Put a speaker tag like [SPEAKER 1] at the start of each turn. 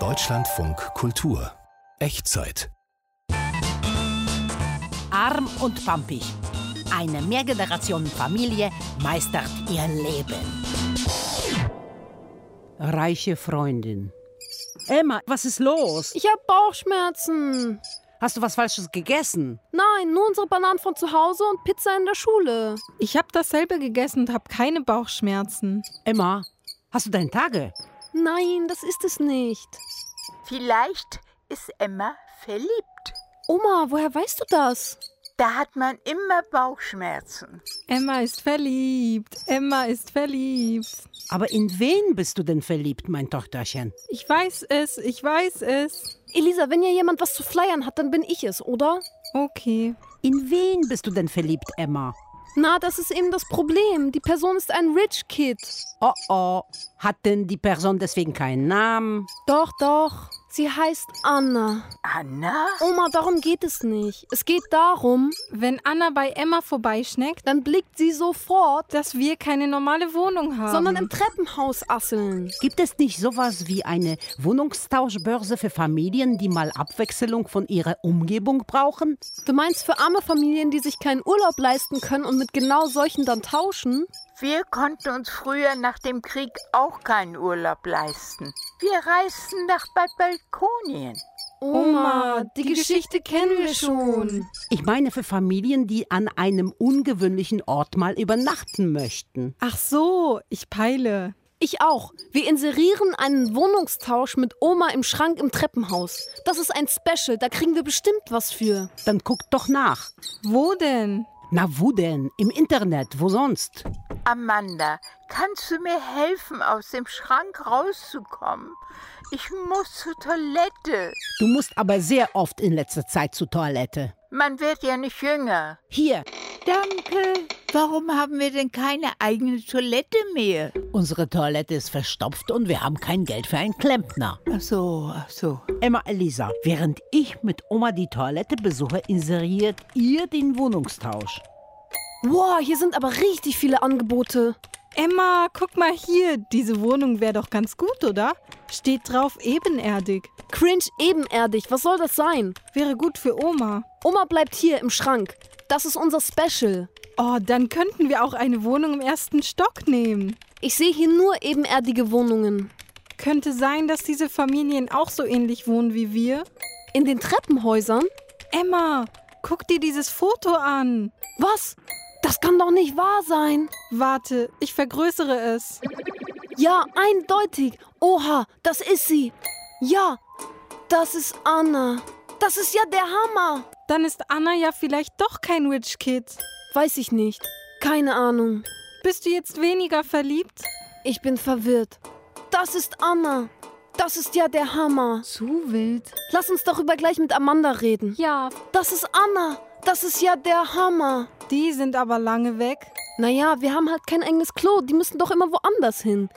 [SPEAKER 1] Deutschlandfunk Kultur. Echtzeit.
[SPEAKER 2] Arm und pampig. Eine Mehrgenerationenfamilie meistert ihr Leben.
[SPEAKER 3] Reiche Freundin. Emma, was ist los?
[SPEAKER 4] Ich habe Bauchschmerzen.
[SPEAKER 3] Hast du was Falsches gegessen?
[SPEAKER 4] Nein, nur unsere Bananen von zu Hause und Pizza in der Schule.
[SPEAKER 5] Ich habe dasselbe gegessen und habe keine Bauchschmerzen.
[SPEAKER 3] Emma, hast du deine Tage?
[SPEAKER 4] Nein, das ist es nicht.
[SPEAKER 6] Vielleicht ist Emma verliebt.
[SPEAKER 4] Oma, woher weißt du das?
[SPEAKER 6] Da hat man immer Bauchschmerzen.
[SPEAKER 5] Emma ist verliebt. Emma ist verliebt.
[SPEAKER 3] Aber in wen bist du denn verliebt, mein Tochterchen?
[SPEAKER 5] Ich weiß es, ich weiß es.
[SPEAKER 4] Elisa, wenn hier jemand was zu flyern hat, dann bin ich es, oder?
[SPEAKER 5] Okay.
[SPEAKER 3] In wen bist du denn verliebt, Emma?
[SPEAKER 4] Na, das ist eben das Problem. Die Person ist ein Rich Kid.
[SPEAKER 3] Oh oh, hat denn die Person deswegen keinen Namen?
[SPEAKER 4] Doch, doch. Sie heißt Anna.
[SPEAKER 6] Anna?
[SPEAKER 4] Oma, darum geht es nicht. Es geht darum,
[SPEAKER 5] Wenn Anna bei Emma vorbeischneckt,
[SPEAKER 4] dann blickt sie sofort,
[SPEAKER 5] dass wir keine normale Wohnung haben.
[SPEAKER 4] sondern im Treppenhaus asseln.
[SPEAKER 3] Gibt es nicht sowas wie eine Wohnungstauschbörse für Familien, die mal Abwechslung von ihrer Umgebung brauchen?
[SPEAKER 4] Du meinst für arme Familien, die sich keinen Urlaub leisten können und mit genau solchen dann tauschen?
[SPEAKER 6] Wir konnten uns früher nach dem Krieg auch keinen Urlaub leisten. Wir reisten nach Bad Balkonien.
[SPEAKER 5] Oma, die Geschichte kennen wir schon.
[SPEAKER 3] Ich meine für Familien, die an einem ungewöhnlichen Ort mal übernachten möchten.
[SPEAKER 5] Ach so, ich peile.
[SPEAKER 4] Ich auch. Wir inserieren einen Wohnungstausch mit Oma im Schrank im Treppenhaus. Das ist ein Special, da kriegen wir bestimmt was für.
[SPEAKER 3] Dann guckt doch nach.
[SPEAKER 5] Wo denn?
[SPEAKER 3] Na wo denn? Im Internet, wo sonst?
[SPEAKER 6] Amanda, kannst du mir helfen, aus dem Schrank rauszukommen? Ich muss zur Toilette.
[SPEAKER 3] Du musst aber sehr oft in letzter Zeit zur Toilette.
[SPEAKER 6] Man wird ja nicht jünger.
[SPEAKER 3] Hier,
[SPEAKER 6] Danke. Warum haben wir denn keine eigene Toilette mehr?
[SPEAKER 7] Unsere Toilette ist verstopft und wir haben kein Geld für einen Klempner.
[SPEAKER 6] Ach so, ach so.
[SPEAKER 3] Emma Elisa, während ich mit Oma die Toilette besuche, inseriert ihr den Wohnungstausch.
[SPEAKER 4] Wow, hier sind aber richtig viele Angebote.
[SPEAKER 5] Emma, guck mal hier. Diese Wohnung wäre doch ganz gut, oder? Steht drauf ebenerdig.
[SPEAKER 4] Cringe ebenerdig, was soll das sein?
[SPEAKER 5] Wäre gut für Oma.
[SPEAKER 4] Oma bleibt hier im Schrank. Das ist unser Special.
[SPEAKER 5] Oh, dann könnten wir auch eine Wohnung im ersten Stock nehmen.
[SPEAKER 4] Ich sehe hier nur ebenerdige Wohnungen.
[SPEAKER 5] Könnte sein, dass diese Familien auch so ähnlich wohnen wie wir.
[SPEAKER 4] In den Treppenhäusern?
[SPEAKER 5] Emma, guck dir dieses Foto an.
[SPEAKER 4] Was? Das kann doch nicht wahr sein.
[SPEAKER 5] Warte, ich vergrößere es.
[SPEAKER 4] Ja, eindeutig. Oha, das ist sie. Ja, das ist Anna. Das ist ja der Hammer.
[SPEAKER 5] Dann ist Anna ja vielleicht doch kein Witch Kid.
[SPEAKER 4] Weiß ich nicht. Keine Ahnung.
[SPEAKER 5] Bist du jetzt weniger verliebt?
[SPEAKER 4] Ich bin verwirrt. Das ist Anna. Das ist ja der Hammer.
[SPEAKER 5] Zu wild.
[SPEAKER 4] Lass uns darüber gleich mit Amanda reden.
[SPEAKER 5] Ja,
[SPEAKER 4] Das ist Anna. Das ist ja der Hammer.
[SPEAKER 5] die sind aber lange weg.
[SPEAKER 4] Naja, wir haben halt kein enges Klo. Die müssen doch immer woanders hin.